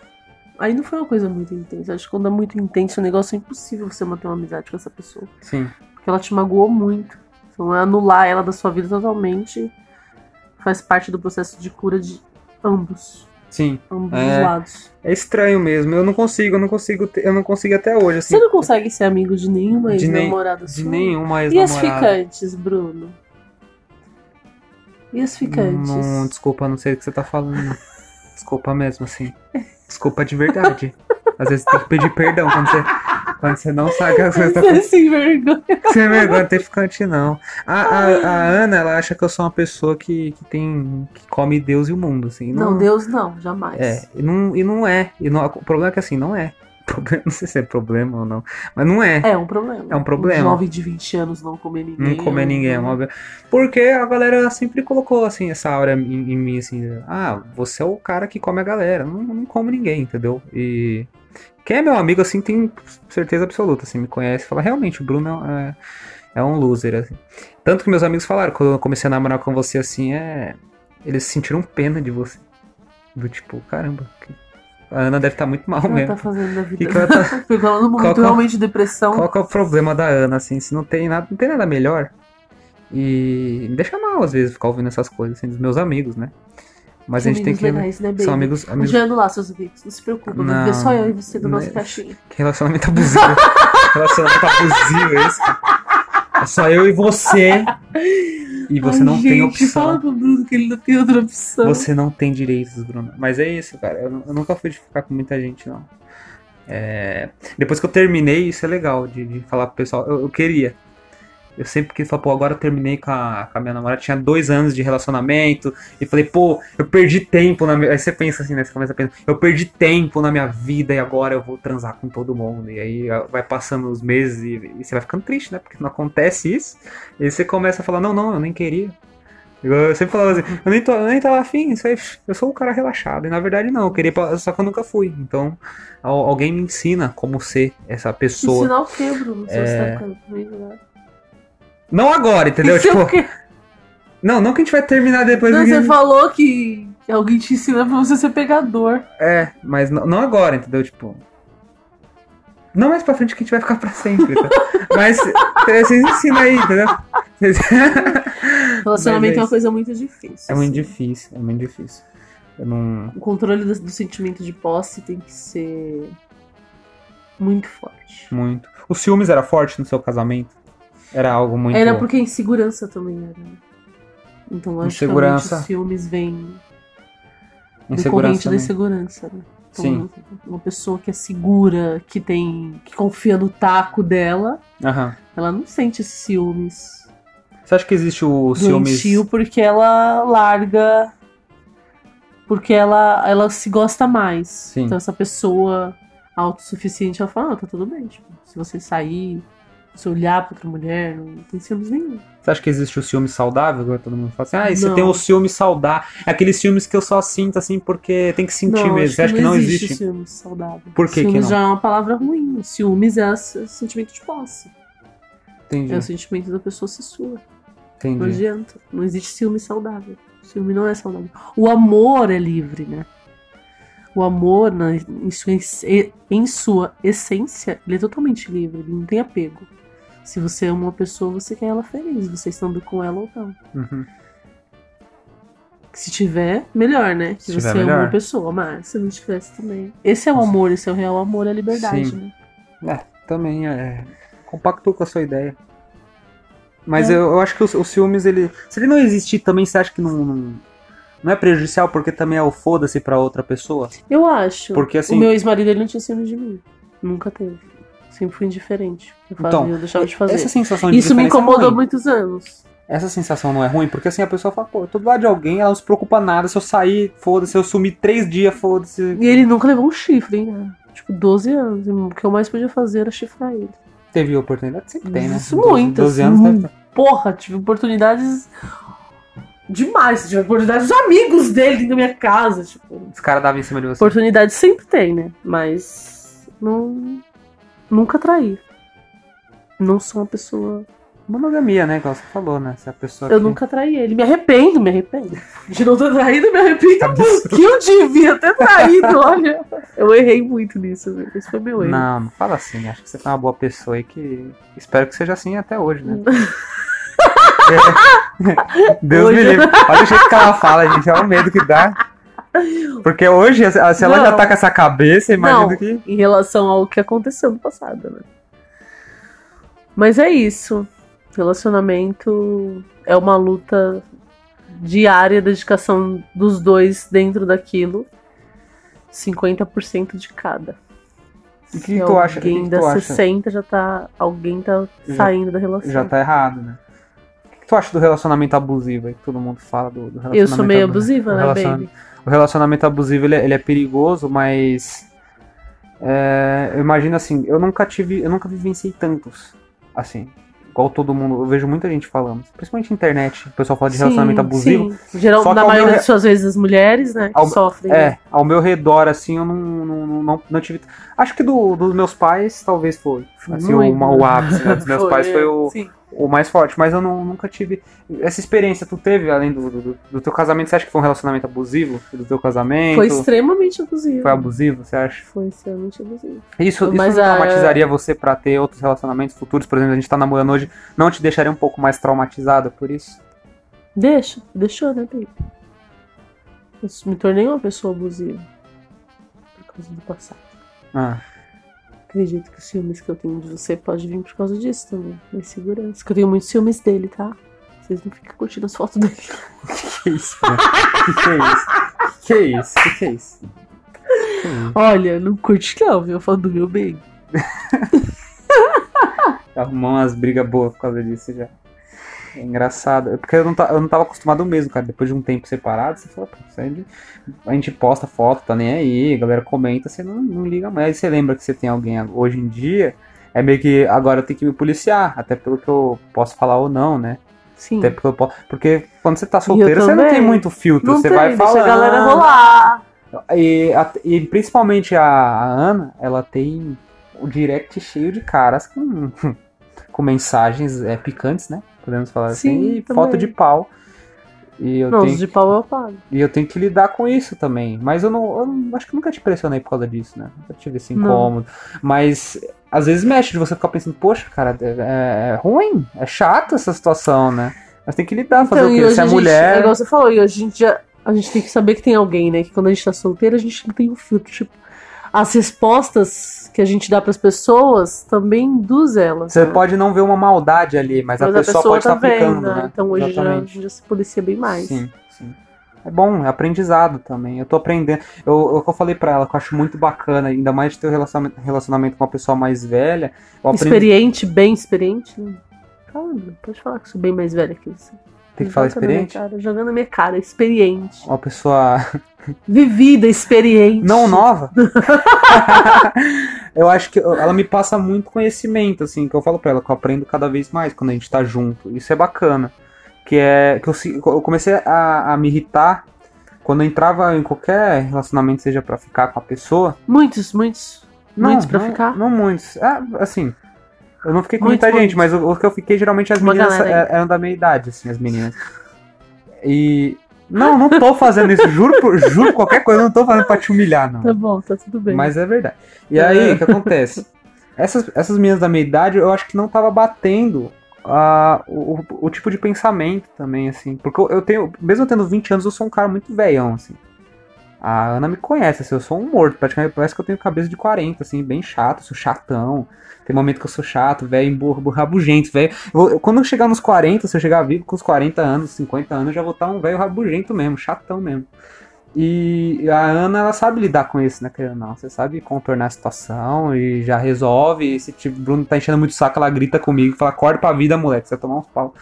S2: Aí não foi uma coisa muito intensa. Acho que quando é muito intenso o negócio é impossível você manter uma amizade com essa pessoa.
S1: Sim,
S2: Porque ela te magoou muito. Então é anular ela da sua vida totalmente faz parte do processo de cura de ambos.
S1: sim.
S2: Ambos
S1: É.
S2: os lados.
S1: É estranho mesmo. Eu não consigo, eu não consigo, ter- eu não consigo até hoje, assim.
S2: Você não consegue ser amigo de nenhuma
S1: De nem-
S2: ex-namorada
S1: De
S2: sua?
S1: nenhuma
S2: E as
S1: ex-namorada.
S2: ficantes, Bruno? E as ficantes?
S1: Não, desculpa, não sei o que você tá falando. Desculpa mesmo, assim. Desculpa de verdade. Às vezes tem que pedir perdão quando você, quando você não sabe o que você tá
S2: Você se vergonha.
S1: Sem vergonha, ter ficante não. A, a- a Ana, ela acha que eu sou uma pessoa que, que tem. que come Deus e o mundo, assim.
S2: Não, Deus não, jamais.
S1: É, e não, e não é. E não- o problema é que assim, não é. Problema- Não sei se é problema ou não. Mas não é.
S2: É um problema.
S1: É um problema.
S2: Um jovem de 20 anos não comer
S1: Não
S2: ninguém. um
S1: comer ninguém, é
S2: não-
S1: uma... be- Porque a galera sempre colocou, assim, essa aura em, em mim, assim, ah, você é o cara que come a galera, não, não como ninguém, entendeu? E quem é meu amigo, assim, tem certeza absoluta, assim, me conhece, fala, realmente, o Bruno é, é um loser, assim. Tanto que meus amigos falaram, quando eu comecei a namorar com você, assim, é... Eles sentiram pena de você. Do tipo, caramba, que- a Ana deve estar muito mal
S2: O que ela
S1: mesmo.
S2: tá fazendo da
S1: O que,
S2: vida?
S1: que ela tá
S2: Ficou falando muito
S1: Qual- qual-
S2: realmente de depressão.
S1: qual que é o problema da Ana, assim, se não tem nada, não tem nada melhor. E me deixa mal, às vezes, ficar ouvindo essas coisas, assim, dos meus amigos, né? Mas a gente tem
S2: amigos
S1: que.
S2: legais, né, baby?
S1: são amigos.
S2: A gente
S1: amigos
S2: vai anular seus amigos, não se preocupa. Vai
S1: Não.
S2: viver só eu e você do
S1: Não.
S2: nosso caixinho.
S1: que relacionamento abusivo. relacionamento abusivo, é isso. cara. É só eu e você. E você
S2: Ai,
S1: não
S2: gente,
S1: tem opção.
S2: Fala pro Bruno que ele não tem outra opção.
S1: Você é não tem direitos, Bruno. Mas é isso, cara. Eu, eu nunca fui de ficar com muita gente, não. É, Depois que eu terminei, isso é legal de, de falar pro pessoal. Eu, eu queria. Eu sempre quis falar, pô, agora eu terminei com a, com a minha namorada, tinha dois anos de relacionamento, e falei, pô, eu perdi tempo na minha. Aí você pensa assim, né? Você começa a pensar, eu perdi tempo na minha vida e agora eu vou transar com todo mundo. E aí a- vai passando os meses e, e você vai ficando triste, né? Porque não acontece isso. E aí você começa a falar, não, não, eu nem queria. Eu, eu sempre falava assim, eu nem, tô, eu nem tava afim, isso aí, eu sou um cara relaxado. E na verdade não, eu queria, pa- só que eu nunca fui. Então, al- alguém me ensina como ser essa pessoa.
S2: Ensinar o quê, Bruno? Se você tá ficando comigo, né?
S1: Não agora, entendeu?
S2: Isso é
S1: Tipo,
S2: o quê?
S1: não, não que a gente vai terminar depois
S2: Não,
S1: do que-
S2: você falou que alguém te ensina pra você ser pegador.
S1: É, mas não, não agora, entendeu? Tipo. Não mais pra frente que a gente vai ficar pra sempre, tá? Mas entendeu? vocês ensinam aí, entendeu? Vocês-
S2: Relacionamento
S1: Mas é
S2: é uma
S1: isso.
S2: coisa muito difícil.
S1: É muito
S2: assim.
S1: difícil, é muito difícil. Eu não.
S2: O controle do, do sentimento de posse tem que ser muito forte.
S1: Muito. Os ciúmes era forte no seu casamento? Era algo muito.
S2: Era porque a insegurança também era. né? Então, logicamente,
S1: Insegurança.
S2: os filmes vêm
S1: insegurança.
S2: decorrente da
S1: também.
S2: insegurança, né? Então,
S1: Sim.
S2: uma pessoa que é segura, que tem. que confia no taco dela,
S1: Aham.
S2: ela não sente esses ciúmes
S1: Você acha que existe o ciúmes.
S2: doentio porque ela larga porque ela ela se gosta mais
S1: Sim.
S2: então essa pessoa autossuficiente ela fala não, tá tudo bem tipo, se você sair se olhar pra outra mulher não tem ciúmes nenhum
S1: Você acha que existe o ciúme saudável? Agora todo mundo fala assim, ah, e você
S2: Não.
S1: tem o ciúme saudável. É aqueles ciúmes que eu só sinto assim porque tem que sentir
S2: não,
S1: mesmo. Você acha que não existe?
S2: ciúmes saudável
S1: Por que que
S2: ciúmes
S1: não?
S2: já é uma palavra ruim ciúmes é s- sentimento de posse
S1: Entendi.
S2: é o sentimento da pessoa se sua não
S1: Entendi.
S2: adianta não existe ciúme saudável ciúme não é saudável o amor é livre né O amor, na- em, sua, es- e- em sua essência, ele é totalmente livre, ele não tem apego. Se você ama uma pessoa, você quer ela feliz, você estando com ela ou não.
S1: Uhum.
S2: Se tiver, melhor, né?
S1: Se
S2: Se,
S1: tiver,
S2: você ama
S1: melhor.
S2: uma pessoa, mas se não tivesse também. Esse é o amor, esse é o real amor, é a liberdade,
S1: Sim.
S2: né?
S1: Também é. Compactou com a sua ideia. Mas
S2: É.
S1: eu, eu acho que o, o ciúmes, ele. Se ele não existir também, você acha que não. Não, não é prejudicial porque também é o foda-se pra outra pessoa?
S2: Eu acho.
S1: Porque assim.
S2: O meu ex-marido, ele não tinha ciúme de mim. Nunca teve. Sempre fui indiferente. Eu, fazia,
S1: Então,
S2: eu deixava de fazer.
S1: Essa sensação de
S2: Isso me
S1: indiferença é
S2: incomodou
S1: ruim.
S2: muitos anos.
S1: Essa sensação não é ruim, porque assim a pessoa fala, pô, eu tô do lado de alguém, ela não se preocupa nada, se eu sair, foda-se, se eu sumir três dias, foda-se.
S2: E ele nunca levou um chifre, hein? né? Tipo, 12 anos. E O que eu mais podia fazer era chifrar ele.
S1: Teve oportunidade? Sempre tem, né?
S2: Isso,
S1: Doze-
S2: muitas.
S1: 12 anos deve ter.
S2: Porra, tive oportunidades demais. Tive oportunidades dos amigos dele dentro da minha casa. Tipo,
S1: Os caras davam em cima de você.
S2: oportunidade sempre tem, né? Mas não, nunca traí. Não sou uma pessoa.
S1: Monogamia, né? Igual você falou, né? Se a pessoa.
S2: Eu
S1: que-
S2: nunca traí ele. Me arrependo, me arrependo. De não ter traído, me arrependo.
S1: Tá Absurdo.
S2: Que eu devia ter traído, olha. Eu errei muito nisso, viu? Esse foi meu erro.
S1: Não, não fala assim. Acho que você é uma boa pessoa e que. Espero que seja assim até hoje, né? É. Deus
S2: Hoje-
S1: me livre. Olha o jeito que ela fala, gente. Olha o medo que dá. Porque hoje, se ela
S2: Não.
S1: já tá com essa cabeça, imagina
S2: Não.
S1: que.
S2: em relação ao que aconteceu no passado, né? Mas é isso. Relacionamento é uma luta diária, dedicação dos dois dentro daquilo. 50% de cada.
S1: E o
S2: Se
S1: que tu acha? O que
S2: Alguém
S1: que
S2: da
S1: tu acha?
S2: 60 já tá. Alguém tá
S1: Já-
S2: saindo da relação.
S1: Já tá errado, né? O que que tu acha do relacionamento abusivo aí? que Todo mundo fala do, do relacionamento
S2: Eu sou meio
S1: abusivo.
S2: abusiva, né,
S1: Relaciona-
S2: baby?
S1: o relacionamento abusivo ele é, ele é perigoso, mas é, eu imagino assim, eu nunca tive, eu nunca vivenciei tantos, assim, igual todo mundo, eu vejo muita gente falando, principalmente na internet, o pessoal fala de relacionamento
S2: Sim,
S1: abusivo.
S2: Sim. Geral,
S1: Só que
S2: na
S1: ao meu
S2: maioria
S1: re-
S2: das suas vezes, as mulheres, né? Que
S1: Ao-
S2: sofrem.
S1: É, ao meu redor, assim, eu não, não, não, não- não tive. Acho que do- dos meus pais, talvez foi. Assim, o,
S2: Muito.
S1: o ápice né, dos meus pais foi o,
S2: é, Sim.
S1: o mais forte, mas eu não- nunca tive. Essa experiência tu teve, além do, do, do teu casamento, você acha que foi um relacionamento abusivo? Do teu casamento?
S2: Foi extremamente abusivo.
S1: Foi abusivo, você acha?
S2: Foi extremamente abusivo.
S1: Isso, isso
S2: Mas
S1: não
S2: a-
S1: traumatizaria você pra ter outros relacionamentos futuros? Por exemplo, a gente tá namorando hoje, não te deixaria um pouco mais traumatizada por isso?
S2: Deixa, deixou, né, baby? Eu me tornei uma pessoa abusiva por causa do passado.
S1: Ah,
S2: Acredito que os ciúmes que eu tenho de você pode vir por causa disso também. Da insegurança. Que eu tenho muitos ciúmes dele, tá? Vocês não ficam curtindo as fotos dele.
S1: Que isso, cara? Que que é isso? Que que é isso? Que que é isso? Que isso?
S2: Olha, não curte não, viu? Foto do meu bem.
S1: Arrumou umas brigas boas por causa disso já. É engraçado. Porque eu não, ta- eu não tava acostumado mesmo, cara. Depois de um tempo separado, você fala, pô, isso aí de- a gente posta foto, tá nem aí, a galera comenta, você não, não liga mais. Aí você lembra que você tem alguém hoje em dia. É meio que agora eu tenho que me policiar, até pelo que eu posso falar ou não, né?
S2: Sim.
S1: Até porque, eu posso, porque quando você tá solteiro, você não
S2: também.
S1: tem muito filtro.
S2: Não
S1: você
S2: tem,
S1: vai
S2: deixa
S1: falando. "Ah,
S2: a galera rolar.
S1: E, a- e principalmente a, a Ana, ela tem o direct cheio de caras com, com mensagens é, picantes, né? Podemos falar assim.
S2: Sim,
S1: E foto
S2: também.
S1: de pau. E eu,
S2: Não,
S1: tenho,
S2: os de pau eu pago.
S1: e eu tenho que lidar com isso também. Mas eu não. eu não- acho que nunca te pressionei por causa disso, né? Nunca tive esse
S2: Não.
S1: incômodo. Mas às vezes mexe de você ficar pensando, poxa, cara, é, é ruim, é chato essa situação, né? Mas tem que lidar, fazer
S2: Então,
S1: o
S2: e
S1: quê?
S2: hoje
S1: Se
S2: a
S1: é
S2: gente-
S1: mulher.
S2: é igual você falou, e hoje a gente já. A gente tem que saber que tem alguém, né? Que quando a gente tá solteiro, a gente não tem um filtro. Tipo, as respostas que a gente dá pras pessoas também induz elas.
S1: Você
S2: né?
S1: pode não ver uma maldade ali, Uhum. mas, a pessoa, pode estar aplicando, né?
S2: Então hoje já, a
S1: Exatamente.
S2: gente já se policia bem mais.
S1: Sim, sim. É bom, é aprendizado também. Eu tô aprendendo. Eu, eu, que eu falei pra ela que eu acho muito bacana, ainda mais de ter um relacionamento, relacionamento com uma pessoa mais velha. Eu aprendi.
S2: Experiente, bem experiente. né? Calma, pode falar que sou bem mais velha que você.
S1: Tem que falar
S2: Jogando na minha
S1: experiente?
S2: cara, jogando na minha cara, experiente.
S1: Uma pessoa
S2: Vivida, experiente.
S1: não nova. eu acho que eu- ela me passa muito conhecimento, assim, que eu falo pra ela, que eu aprendo cada vez mais quando a gente tá junto. Isso é bacana. Que é. Que eu, se- eu comecei a, a me irritar quando eu entrava em qualquer relacionamento, seja pra ficar com a pessoa.
S2: Muitos, muitos. muitos pra ficar.
S1: Não muitos. Ah, assim, eu não fiquei com
S2: Muitos,
S1: muita gente,
S2: muitos.
S1: mas o, o que eu fiquei geralmente as
S2: Uma
S1: meninas
S2: galera
S1: é- eram da meia idade, assim, as meninas. E. Não, não tô fazendo isso, juro, por, juro qualquer coisa, eu não tô fazendo pra te humilhar, não.
S2: Tá bom, tá tudo bem.
S1: Mas é verdade. E aí, o que acontece? Essas, essas meninas da minha idade, eu acho que não tava batendo ah, o, o- o tipo de pensamento também, assim. Porque eu, eu tenho, mesmo eu tendo 20 anos, eu sou um cara muito velhão, assim. A Ana me conhece, assim, eu sou um morto, praticamente parece que eu tenho cabeça de 40, assim, bem chato, sou chatão. Tem momento que eu sou chato, velho, emburro, burro, rabugento, velho. Eu vou- eu- Quando eu chegar nos 40, se eu chegar vivo com os 40 anos, 50 anos, eu já vou estar um velho rabugento mesmo, chatão mesmo. E a Ana, ela sabe lidar com isso, né, querendo ou não? Você sabe contornar a situação e já resolve. E se tipo, o Bruno tá enchendo muito o saco, ela grita comigo e fala: acorda pra vida, moleque, você vai tomar uns pau.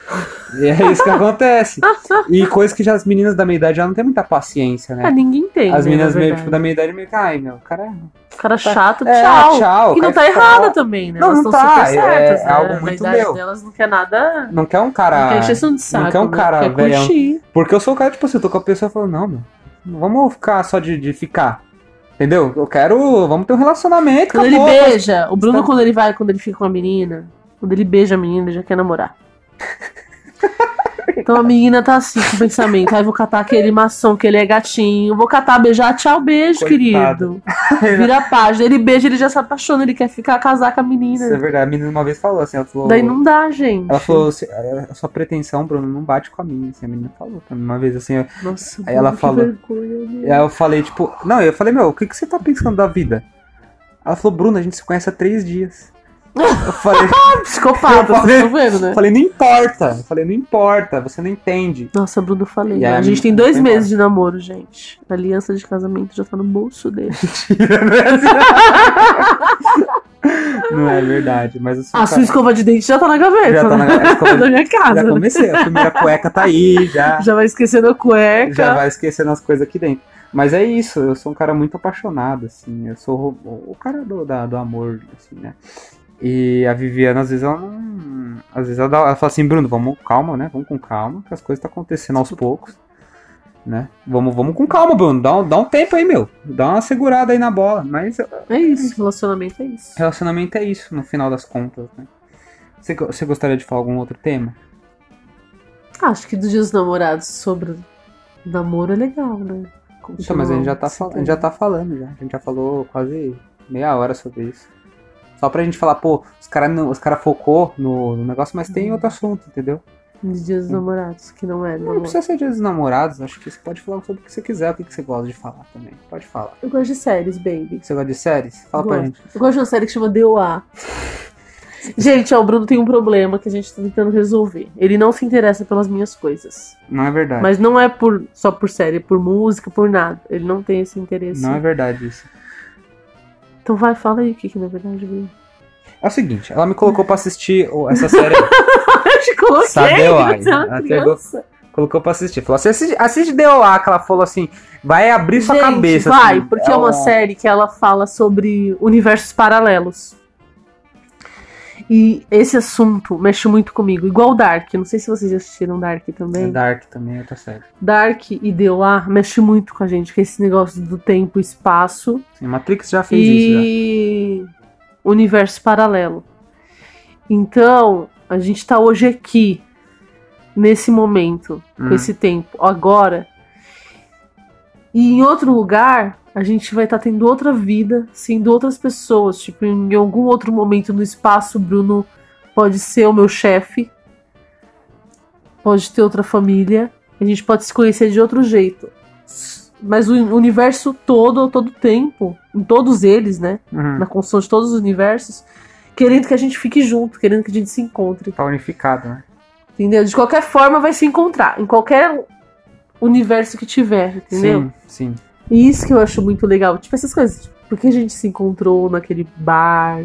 S1: E é isso que acontece. E coisa que já as meninas da minha idade já não tem muita paciência,
S2: Ah,
S1: né?
S2: ninguém tem.
S1: As
S2: né,
S1: meninas
S2: na
S1: meio,
S2: verdade.
S1: tipo, da minha idade meio que, ai, meu, o cara.
S2: Cara chato,
S1: É,
S2: tchau.
S1: tchau.
S2: E não
S1: cara,
S2: tá
S1: tchau.
S2: errada também, né?
S1: Não,
S2: Elas
S1: não
S2: tão
S1: tá,
S2: super certas,
S1: é
S2: né?
S1: algo muito
S2: Na idade
S1: meu.
S2: delas não quer nada.
S1: Não quer um
S2: não
S1: cara.
S2: quer encheção de saco.
S1: quer um
S2: né?
S1: cara
S2: Quer
S1: velhão.
S2: curtir.
S1: Porque eu sou o cara, tipo assim, eu tô com a pessoa e falo, não, meu, não vamos ficar só de, de ficar. Entendeu? Eu quero. Vamos ter um relacionamento,
S2: Quando ele
S1: acabou.
S2: beija, o Bruno,
S1: Tá.
S2: quando ele vai, quando ele fica com a menina, quando ele beija a menina, ele já quer namorar. Então a menina tá assim com o pensamento. Aí vou catar aquele maçom, que ele é gatinho. Vou catar, beijar, tchau, beijo,
S1: Coitado.
S2: querido. Vira a página. Ele beija, ele já se apaixona, ele quer ficar casar com a menina.
S1: Isso é verdade. A menina uma vez falou assim, ela falou.
S2: Daí não dá, gente.
S1: Ela falou, "Se- a sua pretensão, Bruno, não bate com a minha. Assim, a menina falou pra mim uma vez assim. eu-
S2: Nossa,
S1: Aí ela
S2: Bruno, que
S1: falou-
S2: vergonha, meu.
S1: e Aí eu falei, tipo, não, eu falei, meu, o que, que você tá pensando da vida? Ela falou, Bruno, a gente se conhece há três dias. Eu falei, Eu falei-
S2: Psicopata, vocês estão vendo, né?
S1: eu falei, não importa. Eu falei, não importa, você não entende.
S2: Nossa, Bruno, eu falei.
S1: E aí,
S2: né? a
S1: a
S2: gente tem
S1: menina
S2: dois
S1: foi
S2: meses de namoro, gente. A aliança de casamento já tá no bolso dele.
S1: Mentira, né? Não é verdade, mas eu sou um
S2: A Ah, sua
S1: cara-
S2: escova de dente já tá na gaveta.
S1: já tá na a escova-
S2: da minha casa.
S1: Já
S2: né?
S1: comecei, a primeira cueca tá aí, já.
S2: Já vai esquecendo a cueca.
S1: já vai esquecendo as coisas aqui dentro. Mas é isso, eu sou um cara muito apaixonado, assim, eu sou o, o cara do, da- do amor, assim, né? E a Viviana, às vezes, ela não. Às vezes ela, dá- ela fala assim, Bruno, vamos calma, né? Vamos com calma, que as coisas estão acontecendo aos poucos. Né? Vamos, vamos com calma, Bruno. Dá um, dá um tempo aí, meu. Dá uma segurada aí na bola. Mas
S2: É isso, relacionamento é isso.
S1: relacionamento é isso, no final das contas, né? Você, go- você gostaria de falar algum outro tema?
S2: Ah, Acho que dos dias dos namorados sobre namoro é legal, né?
S1: Então, mas a gente já tá,
S2: Continuar
S1: fal- a gente já
S2: Então,
S1: tá falando, já. A gente já falou quase meia hora sobre isso. Só pra gente falar, pô, os caras os cara focou no, no negócio, mas
S2: Uhum.
S1: tem outro assunto, entendeu?
S2: Nos dias dos namorados, que não é
S1: Não
S2: namoro.
S1: precisa ser dia dos namorados, acho que você pode falar sobre o que você quiser, o que que você gosta de falar também. Pode falar.
S2: Eu gosto de séries, baby.
S1: Você gosta de séries? Fala pra
S2: Gosto.
S1: gente.
S2: Eu gosto de uma série que chama DOA. Gente, ó, o Bruno tem um problema que a gente tá tentando resolver. Ele não se interessa pelas minhas coisas.
S1: Não é verdade.
S2: Mas não é por só por série, é por música, por nada. Ele não tem esse interesse.
S1: Não é verdade isso.
S2: Então vai, fala aí o que, que na verdade, Bruno.
S1: É o seguinte, ela me colocou pra assistir o- essa série.
S2: Eu te coloquei,
S1: Sabe, né? uai,
S2: você é uma
S1: até
S2: criança.
S1: colocou pra assistir. Falou assim, assiste, assiste DOA, que ela falou assim, vai abrir sua
S2: Gente,
S1: cabeça.
S2: Vai,
S1: assim.
S2: porque é uma série que ela fala sobre universos paralelos. E esse assunto mexe muito comigo. Igual Dark. Não sei se vocês já assistiram Dark
S1: É
S2: também.
S1: Dark também, é outra série.
S2: Dark e DOA mexe muito com a gente, que é esse negócio do tempo e espaço
S1: Sim, Matrix já fez isso. né? Já.
S2: e universo paralelo. Então, a gente tá hoje aqui, nesse momento,
S1: Hum.
S2: com esse tempo, agora. E em outro lugar, a gente vai estar tendo outra vida, sendo outras pessoas. Tipo, em algum outro momento no espaço, o Bruno pode ser o meu chefe, pode ter outra família, a gente pode se conhecer de outro jeito. Mas o universo todo, todo tempo, em todos eles, né?
S1: Uhum.
S2: Na construção de todos os universos, querendo que a gente fique junto, querendo que a gente se encontre.
S1: Tá unificado, né?
S2: Entendeu? De qualquer forma vai se encontrar, em qualquer universo que tiver, entendeu?
S1: Sim, sim.
S2: E isso que eu acho muito legal, tipo essas coisas, tipo, porque a gente se encontrou naquele bar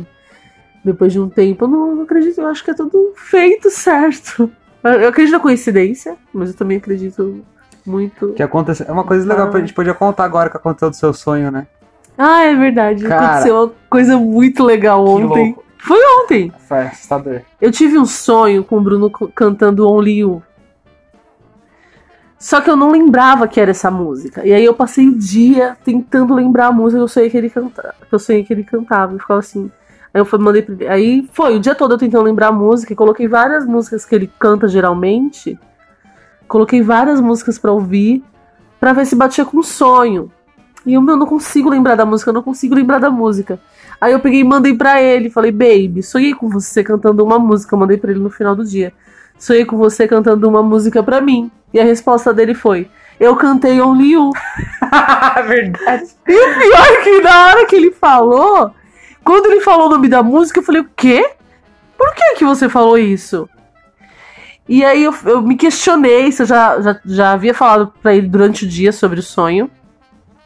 S2: depois de um tempo, eu não, não acredito, eu acho que é tudo feito certo. Eu eu acredito na coincidência, mas eu também acredito muito.
S1: Que aconteceu. É uma coisa legal pra gente podia contar agora o que aconteceu do seu sonho, né?
S2: Ah, é verdade,
S1: Cara,
S2: aconteceu uma coisa muito legal
S1: Que
S2: ontem.
S1: louco.
S2: Foi ontem.
S1: Foi assustador.
S2: Eu tive um sonho com o Bruno c- cantando Only You. Só que eu não lembrava que era essa música. E aí eu passei o dia tentando lembrar a música que eu sonhei que ele cantava. Que eu sonhei que ele cantava. Eu ficava assim. Aí eu fui- mandei pra ele- Aí foi, o dia todo eu tentando lembrar a música. e Coloquei várias músicas que ele canta geralmente. Coloquei várias músicas pra ouvir. Pra ver se batia com o sonho. E eu, meu, não consigo lembrar da música, eu não consigo lembrar da música. Aí eu peguei e mandei pra ele, falei, baby, sonhei com você cantando uma música, eu mandei pra ele no final do dia. Sonhei com você cantando uma música pra mim. E a resposta dele foi: Eu cantei Only You.
S1: verdade.
S2: Pior é que na hora que ele falou, quando ele falou o nome da música, eu falei, o quê? Por que que você falou isso? E aí eu, eu me questionei se eu já, já, já havia falado pra ele durante o dia sobre o sonho.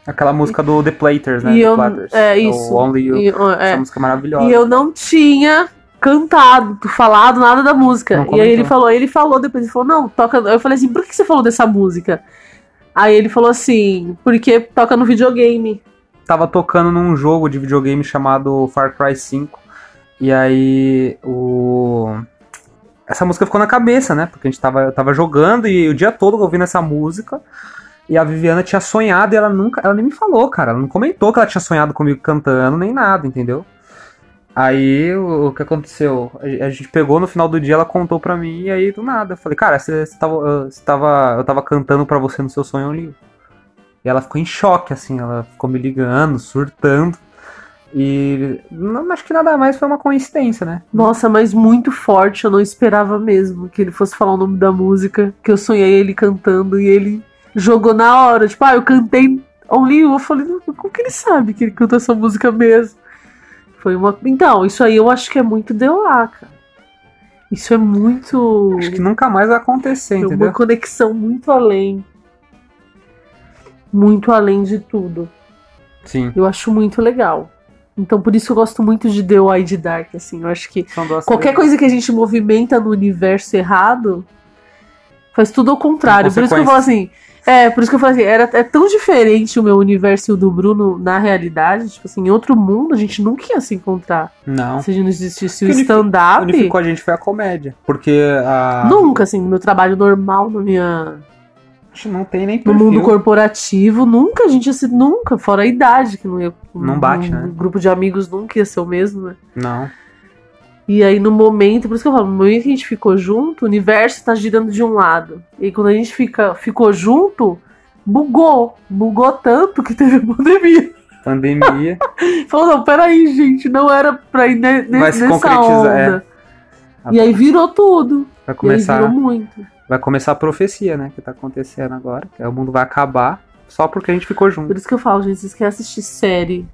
S1: Aquela música do The Platers, né? The
S2: E eu-
S1: Platers.
S2: é isso.
S1: O Only You.
S2: E, ó, é,
S1: Essa música maravilhosa.
S2: E eu não tinha cantado, falado nada da música.
S1: Não
S2: E aí ele
S1: comentou.
S2: falou, ele falou depois, ele falou, não, toca. Eu falei assim, por que você falou dessa música? Aí ele falou assim, porque toca no videogame.
S1: tava tocando num jogo de videogame chamado Far Cry 5. E aí o. Essa música ficou na cabeça, né? Porque a gente tava, eu tava jogando e o dia todo ouvindo essa música. E a Viviana tinha sonhado e ela nunca. Ela nem me falou, cara. Ela não comentou que ela tinha sonhado comigo cantando, nem nada, entendeu? Aí o, o que aconteceu? A, gen- a gente pegou no final do dia, ela contou pra mim, e aí do nada. Eu falei, cara, você você tava, ah, você tava. Eu tava cantando pra você no seu sonho, eu li. E ela ficou em choque, assim, ela ficou me ligando, surtando. E não, acho que nada mais foi uma coincidência, né?
S2: Nossa, mas muito forte, eu não esperava mesmo que ele fosse falar o nome da música, que eu sonhei ele cantando e ele jogou na hora, tipo, ah, eu cantei Only You. Eu falei, "Não, como que ele sabe que ele cantou essa música mesmo? Foi uma. Então, isso aí eu acho que é muito deu lá, cara. Isso é muito.
S1: Acho que nunca mais vai acontecer,
S2: Tem
S1: entendeu?
S2: Uma conexão muito além. Muito além de tudo.
S1: Sim.
S2: Eu acho muito legal. Então por isso eu gosto muito de The Wide de Dark, assim. Eu acho que
S1: São duas
S2: qualquer
S1: coisas-
S2: coisa que a gente movimenta no universo errado faz tudo ao contrário.
S1: Tem
S2: Por isso que eu falo assim. É, por isso que eu falo assim, era, é tão diferente o meu universo e o do Bruno na realidade. Tipo assim, em outro mundo a gente nunca ia se encontrar.
S1: Não.
S2: Se a gente não existisse o
S1: Porque unifi-
S2: stand-up.
S1: Unificou a gente foi é a comédia. Porque a.
S2: Nunca, assim, no meu trabalho normal, na minha.
S1: Acho que não tem nem
S2: No
S1: perfil.
S2: mundo corporativo, nunca a gente ia ser. Nunca, fora a idade, que não ia.
S1: Não bate, né?
S2: Um grupo de amigos nunca ia ser o mesmo, né?
S1: Não.
S2: E aí, no momento, por isso que eu falo, no momento que a gente ficou junto, o universo tá girando de um lado. E aí, quando a gente fica, ficou junto, bugou. Bugou tanto que teve pandemia.
S1: Pandemia.
S2: Falou, não, peraí, gente, não era pra ir ne- ne-
S1: Vai se
S2: nessa
S1: concretizar,
S2: onda.
S1: é.
S2: E aí virou tudo.
S1: Vai
S2: E aí
S1: começar,
S2: virou muito.
S1: vai começar a profecia, né? Que tá acontecendo agora. Que aí o mundo vai acabar só porque a gente ficou junto.
S2: Por isso que eu falo, gente, vocês querem assistir série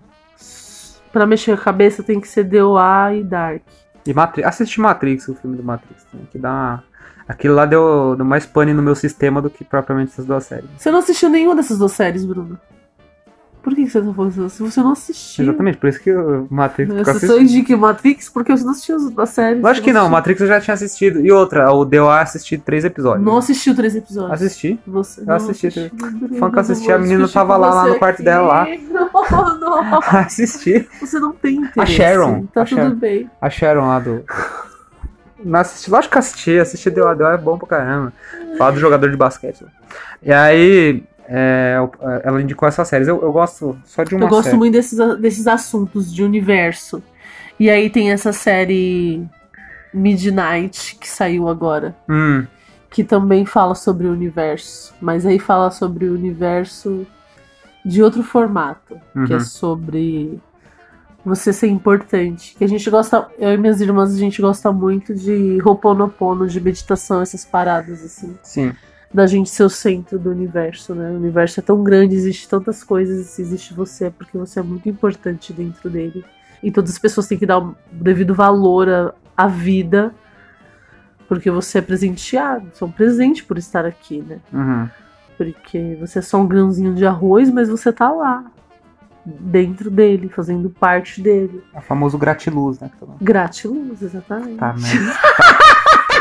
S2: pra mexer a cabeça, tem que ser DOA e Dark.
S1: E Matrix. Assisti Matrix, o filme do Matrix. Né? Que dá uma... Aquilo lá deu, deu mais pane no meu sistema do que propriamente essas duas séries.
S2: Você não assistiu nenhuma dessas duas séries, Bruno? Por que que você tá falando isso? Se você não assistiu.
S1: Exatamente, por isso que o Matrix ficou
S2: Eu só
S1: assistindo.
S2: indico Matrix porque você não assistiu as duas séries.
S1: Lógico que não, Matrix eu já tinha assistido. E outra, o DOA assisti três episódios.
S2: Não assistiu três episódios.
S1: Assisti.
S2: Você
S1: Eu
S2: não
S1: assisti
S2: assistiu, Bruno,
S1: Falando que eu assisti,
S2: vou
S1: a menina
S2: discutir
S1: tava
S2: com
S1: lá, lá
S2: você
S1: no quarto dela, lá.
S2: Não, não.
S1: assisti.
S2: Você não tem interesse.
S1: Sharon,
S2: Tá
S1: a
S2: tudo
S1: Sharon.
S2: bem.
S1: A Sharon lá do. Não assisti, lógico que assisti, assisti DOA, DOA é bom pra caramba. Fala do jogador de basquete. E aí, é, ela indicou essas séries. Eu, eu gosto só de uma
S2: Eu gosto
S1: série.
S2: muito desses, a- desses assuntos de universo. E aí tem essa série Midnight que saiu agora.
S1: Hum,
S2: que também fala sobre o universo, mas aí fala sobre o universo de outro formato, que é
S1: Uhum.
S2: sobre você ser importante. Que a gente gosta, eu e minhas irmãs, a gente gosta muito de Ho'oponopono, de meditação, essas paradas assim,
S1: sim.
S2: da gente ser o centro do universo, né? O universo é tão grande, existe tantas coisas, e se existe você é porque você é muito importante dentro dele. E todas as pessoas têm que dar o devido valor à, à vida, porque você é presenteado, são presente por estar aqui, né?
S1: Uhum.
S2: Porque você é só um grãozinho de arroz, mas você tá lá, dentro dele, fazendo parte dele.
S1: É o famoso gratiluz, né? que todo mundo-
S2: Gratiluz, exatamente.
S1: Tá, merda.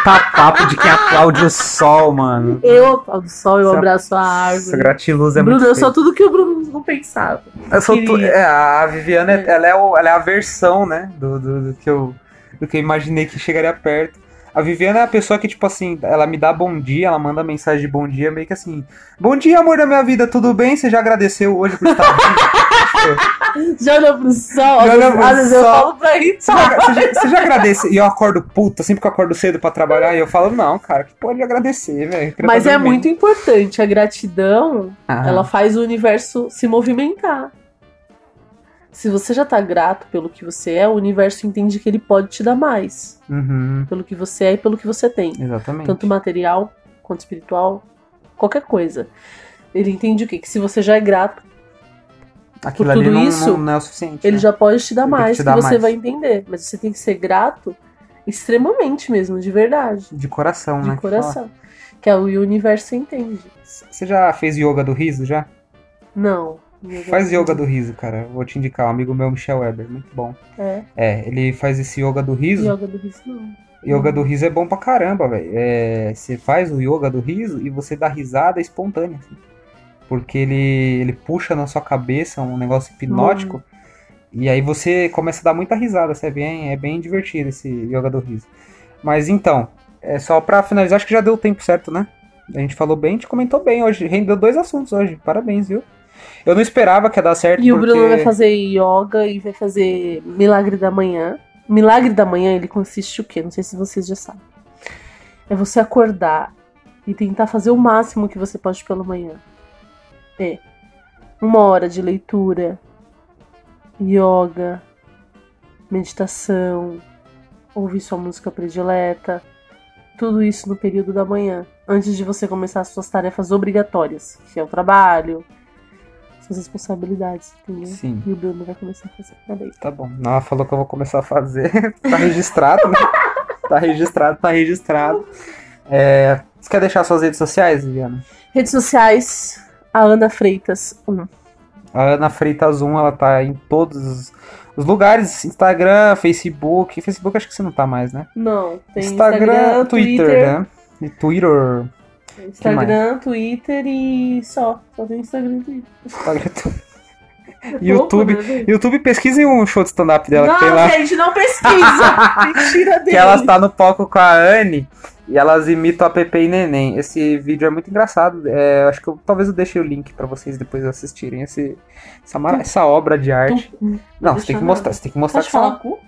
S1: Tá, tá papo de quem aplaude o sol, mano.
S2: Eu aplaudo o sol, eu
S1: Essa-
S2: abraço a
S1: Essa
S2: árvore.
S1: gratiluz é
S2: Bruno,
S1: muito
S2: eu sou tudo que o Bruno não pensava.
S1: feio. Eu sou tu-
S2: queria.
S1: é, A Viviana, é-
S2: É.
S1: Ela, é o- ela é a versão, né? Do, do, do que eu, do que eu imaginei que chegaria perto. A Viviana é a pessoa que, tipo assim, ela me dá bom dia, ela manda mensagem de bom dia, meio que assim: Bom dia, amor da minha vida, tudo bem? Você já agradeceu hoje por estar vivo? Tipo,
S2: Já olhou pro sol?
S1: Já
S2: às
S1: olhou
S2: vezes-
S1: pro
S2: às vezes eu
S1: sol.
S2: falo pra "Tá."
S1: Você
S2: irritar.
S1: já, você já- você já agradece? E eu acordo puta, sempre que eu acordo cedo pra trabalhar, e eu falo, não, cara, que pode agradecer, velho. queria
S2: Mas
S1: tá
S2: é
S1: dormindo."
S2: muito importante. A gratidão,
S1: Ah,
S2: ela faz o universo se movimentar. Se você já tá grato pelo que você é, o universo entende que ele pode te dar mais.
S1: uhum,
S2: Pelo que você é e pelo que você tem.
S1: Exatamente.
S2: Tanto material quanto espiritual. Qualquer coisa. Ele entende o quê? Que se você já é grato,
S1: Aquilo
S2: por
S1: ali
S2: tudo
S1: não,
S2: isso,
S1: não- não é o suficiente.
S2: ele
S1: né?
S2: já pode te dar
S1: Ele tem que
S2: mais,
S1: te
S2: que,
S1: dar
S2: você
S1: mais.
S2: vai entender. Mas você tem que ser grato extremamente mesmo, de verdade.
S1: De coração, né?
S2: De
S1: que
S2: coração. Que é o universo entende.
S1: fala. C- Você já fez yoga do riso já?
S2: Não. Meu
S1: Faz
S2: Deus.
S1: yoga do riso, cara. Vou te indicar, um amigo meu, Michel Weber, muito bom.
S2: É,
S1: É, ele faz esse yoga do riso.
S2: yoga do riso não.
S1: Yoga do riso é bom pra caramba, velho. É, você faz o yoga do riso e você dá risada espontânea. assim. Porque ele, ele puxa na sua cabeça um negócio hipnótico.
S2: Hum.
S1: E aí você começa a dar muita risada. Assim, é, bem, é bem divertido esse yoga do riso. Mas então, é só pra finalizar, acho que já deu o tempo certo, né? A gente falou bem, a gente comentou bem hoje. Rendeu dois assuntos hoje. Parabéns, viu? Eu não esperava que ia dar certo.
S2: E o
S1: É porque...
S2: Bruno vai fazer yoga e vai fazer milagre da manhã. Milagre da manhã, ele consiste o quê? Não sei se vocês já sabem. É você acordar e tentar fazer o máximo que você pode pela manhã. É uma hora de leitura, yoga, meditação, ouvir sua música predileta. Tudo isso no período da manhã, antes de você começar as suas tarefas obrigatórias, que é o trabalho, suas responsabilidades, entendeu?
S1: Sim.
S2: E o Bruno vai começar a fazer. Parabéns.
S1: Tá bom. Não, ela falou que eu vou começar a fazer. tá registrado, né? Tá registrado, tá registrado. É, você quer deixar suas redes sociais, Viviana?
S2: Redes sociais, a Ana Freitas 1.
S1: A Ana Freitas 1, ela tá em todos os- os lugares. Instagram, Facebook. Facebook acho que você não tá mais, né?
S2: Não, tem Instagram, Twitter,
S1: né? E Twitter.
S2: Instagram, Twitter e só. Só tem Instagram e Twitter. É né,
S1: Instagram, tu-
S2: Opa,
S1: YouTube.
S2: meu Deus.
S1: YouTube, pesquisem um show de stand-up dela que tem lá.
S2: Não, gente, não pesquisa. Mentira dele.
S1: Que ela está no palco com a Anne e elas imitam a Pepe e Neném. Esse vídeo é muito engraçado. É, eu acho que eu- talvez eu deixe o link pra vocês depois assistirem esse, essa, ma- essa obra de arte.
S2: Tu-
S1: Não,
S2: vou
S1: você tem
S2: deixar
S1: que mostrar. Você tem que mostrar
S2: Pode
S1: que você-
S2: falar cu?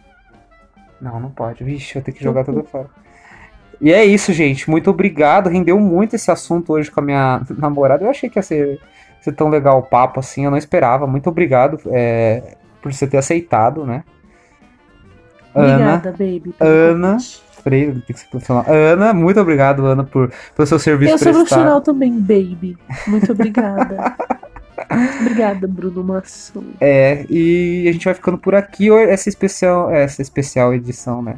S1: Não, não pode. Vixe, eu tenho que jogar tudo fora. E é isso, gente. Muito obrigado. Rendeu muito esse assunto hoje com a minha namorada. Eu achei que ia ser, ser tão legal o papo assim. Eu não esperava. Muito obrigado é, por você ter aceitado, né? Ana.
S2: Obrigada, baby. pelo
S1: Ana.
S2: convite.
S1: Freire, tem que ser profissional. Ana, muito obrigado, Ana, por, pelo seu serviço
S2: Eu sou
S1: prestado.
S2: profissional também, baby. Muito obrigada. obrigada, Bruno Masson.
S1: É, e a gente vai ficando por aqui. Hoje- Essa especial, essa especial edição, né?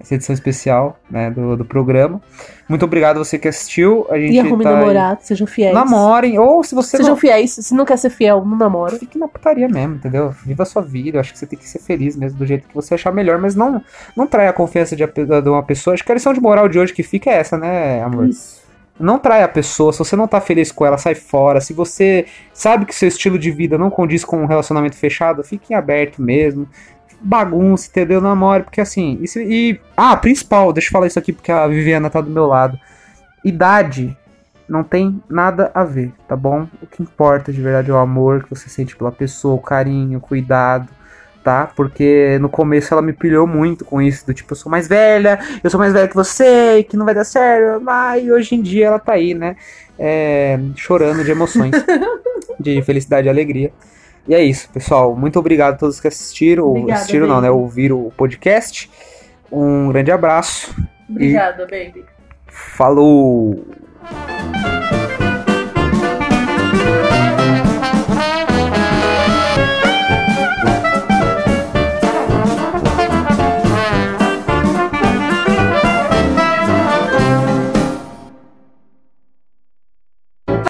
S1: essa edição especial né, do, do programa. Muito obrigado você que assistiu. A gente
S3: E arrume
S1: tá aí-
S3: namorado, sejam
S2: é
S3: fiéis.
S1: Namorem, ou se você
S3: Sejam fiéis. Se não quer ser fiel, não namora.
S1: não, fique na putaria mesmo, entendeu? Viva a sua vida, eu acho que você tem que ser feliz mesmo, do jeito que você achar melhor, mas não, não traia a confiança de, ape- de uma pessoa. Acho que a lição de moral de hoje que fica é essa, né, amor?
S3: Isso.
S1: Não traia a pessoa, se você não tá feliz com ela, sai fora. Se você sabe que seu estilo de vida não condiz com um relacionamento fechado, fique em aberto mesmo. Bagunça, entendeu? Namore, porque assim. isso- e. Ah, principal, deixa eu falar isso aqui porque a Viviana tá do meu lado. Idade não tem nada a ver, tá bom? O que importa de verdade é o amor que você sente pela pessoa, o carinho, o cuidado, tá? Porque no começo ela me pilhou muito com isso, do tipo, eu sou mais velha, eu sou mais velha que você, que não vai dar certo, mas hoje em dia ela tá aí, né? É, chorando de emoções, de felicidade e alegria. E é isso, pessoal. Muito obrigado a todos que assistiram, ou
S2: Obrigada,
S1: assistiram não,
S2: baby.
S1: né? Ouviram o podcast. Um grande abraço.
S2: Obrigada, baby.
S1: Falou!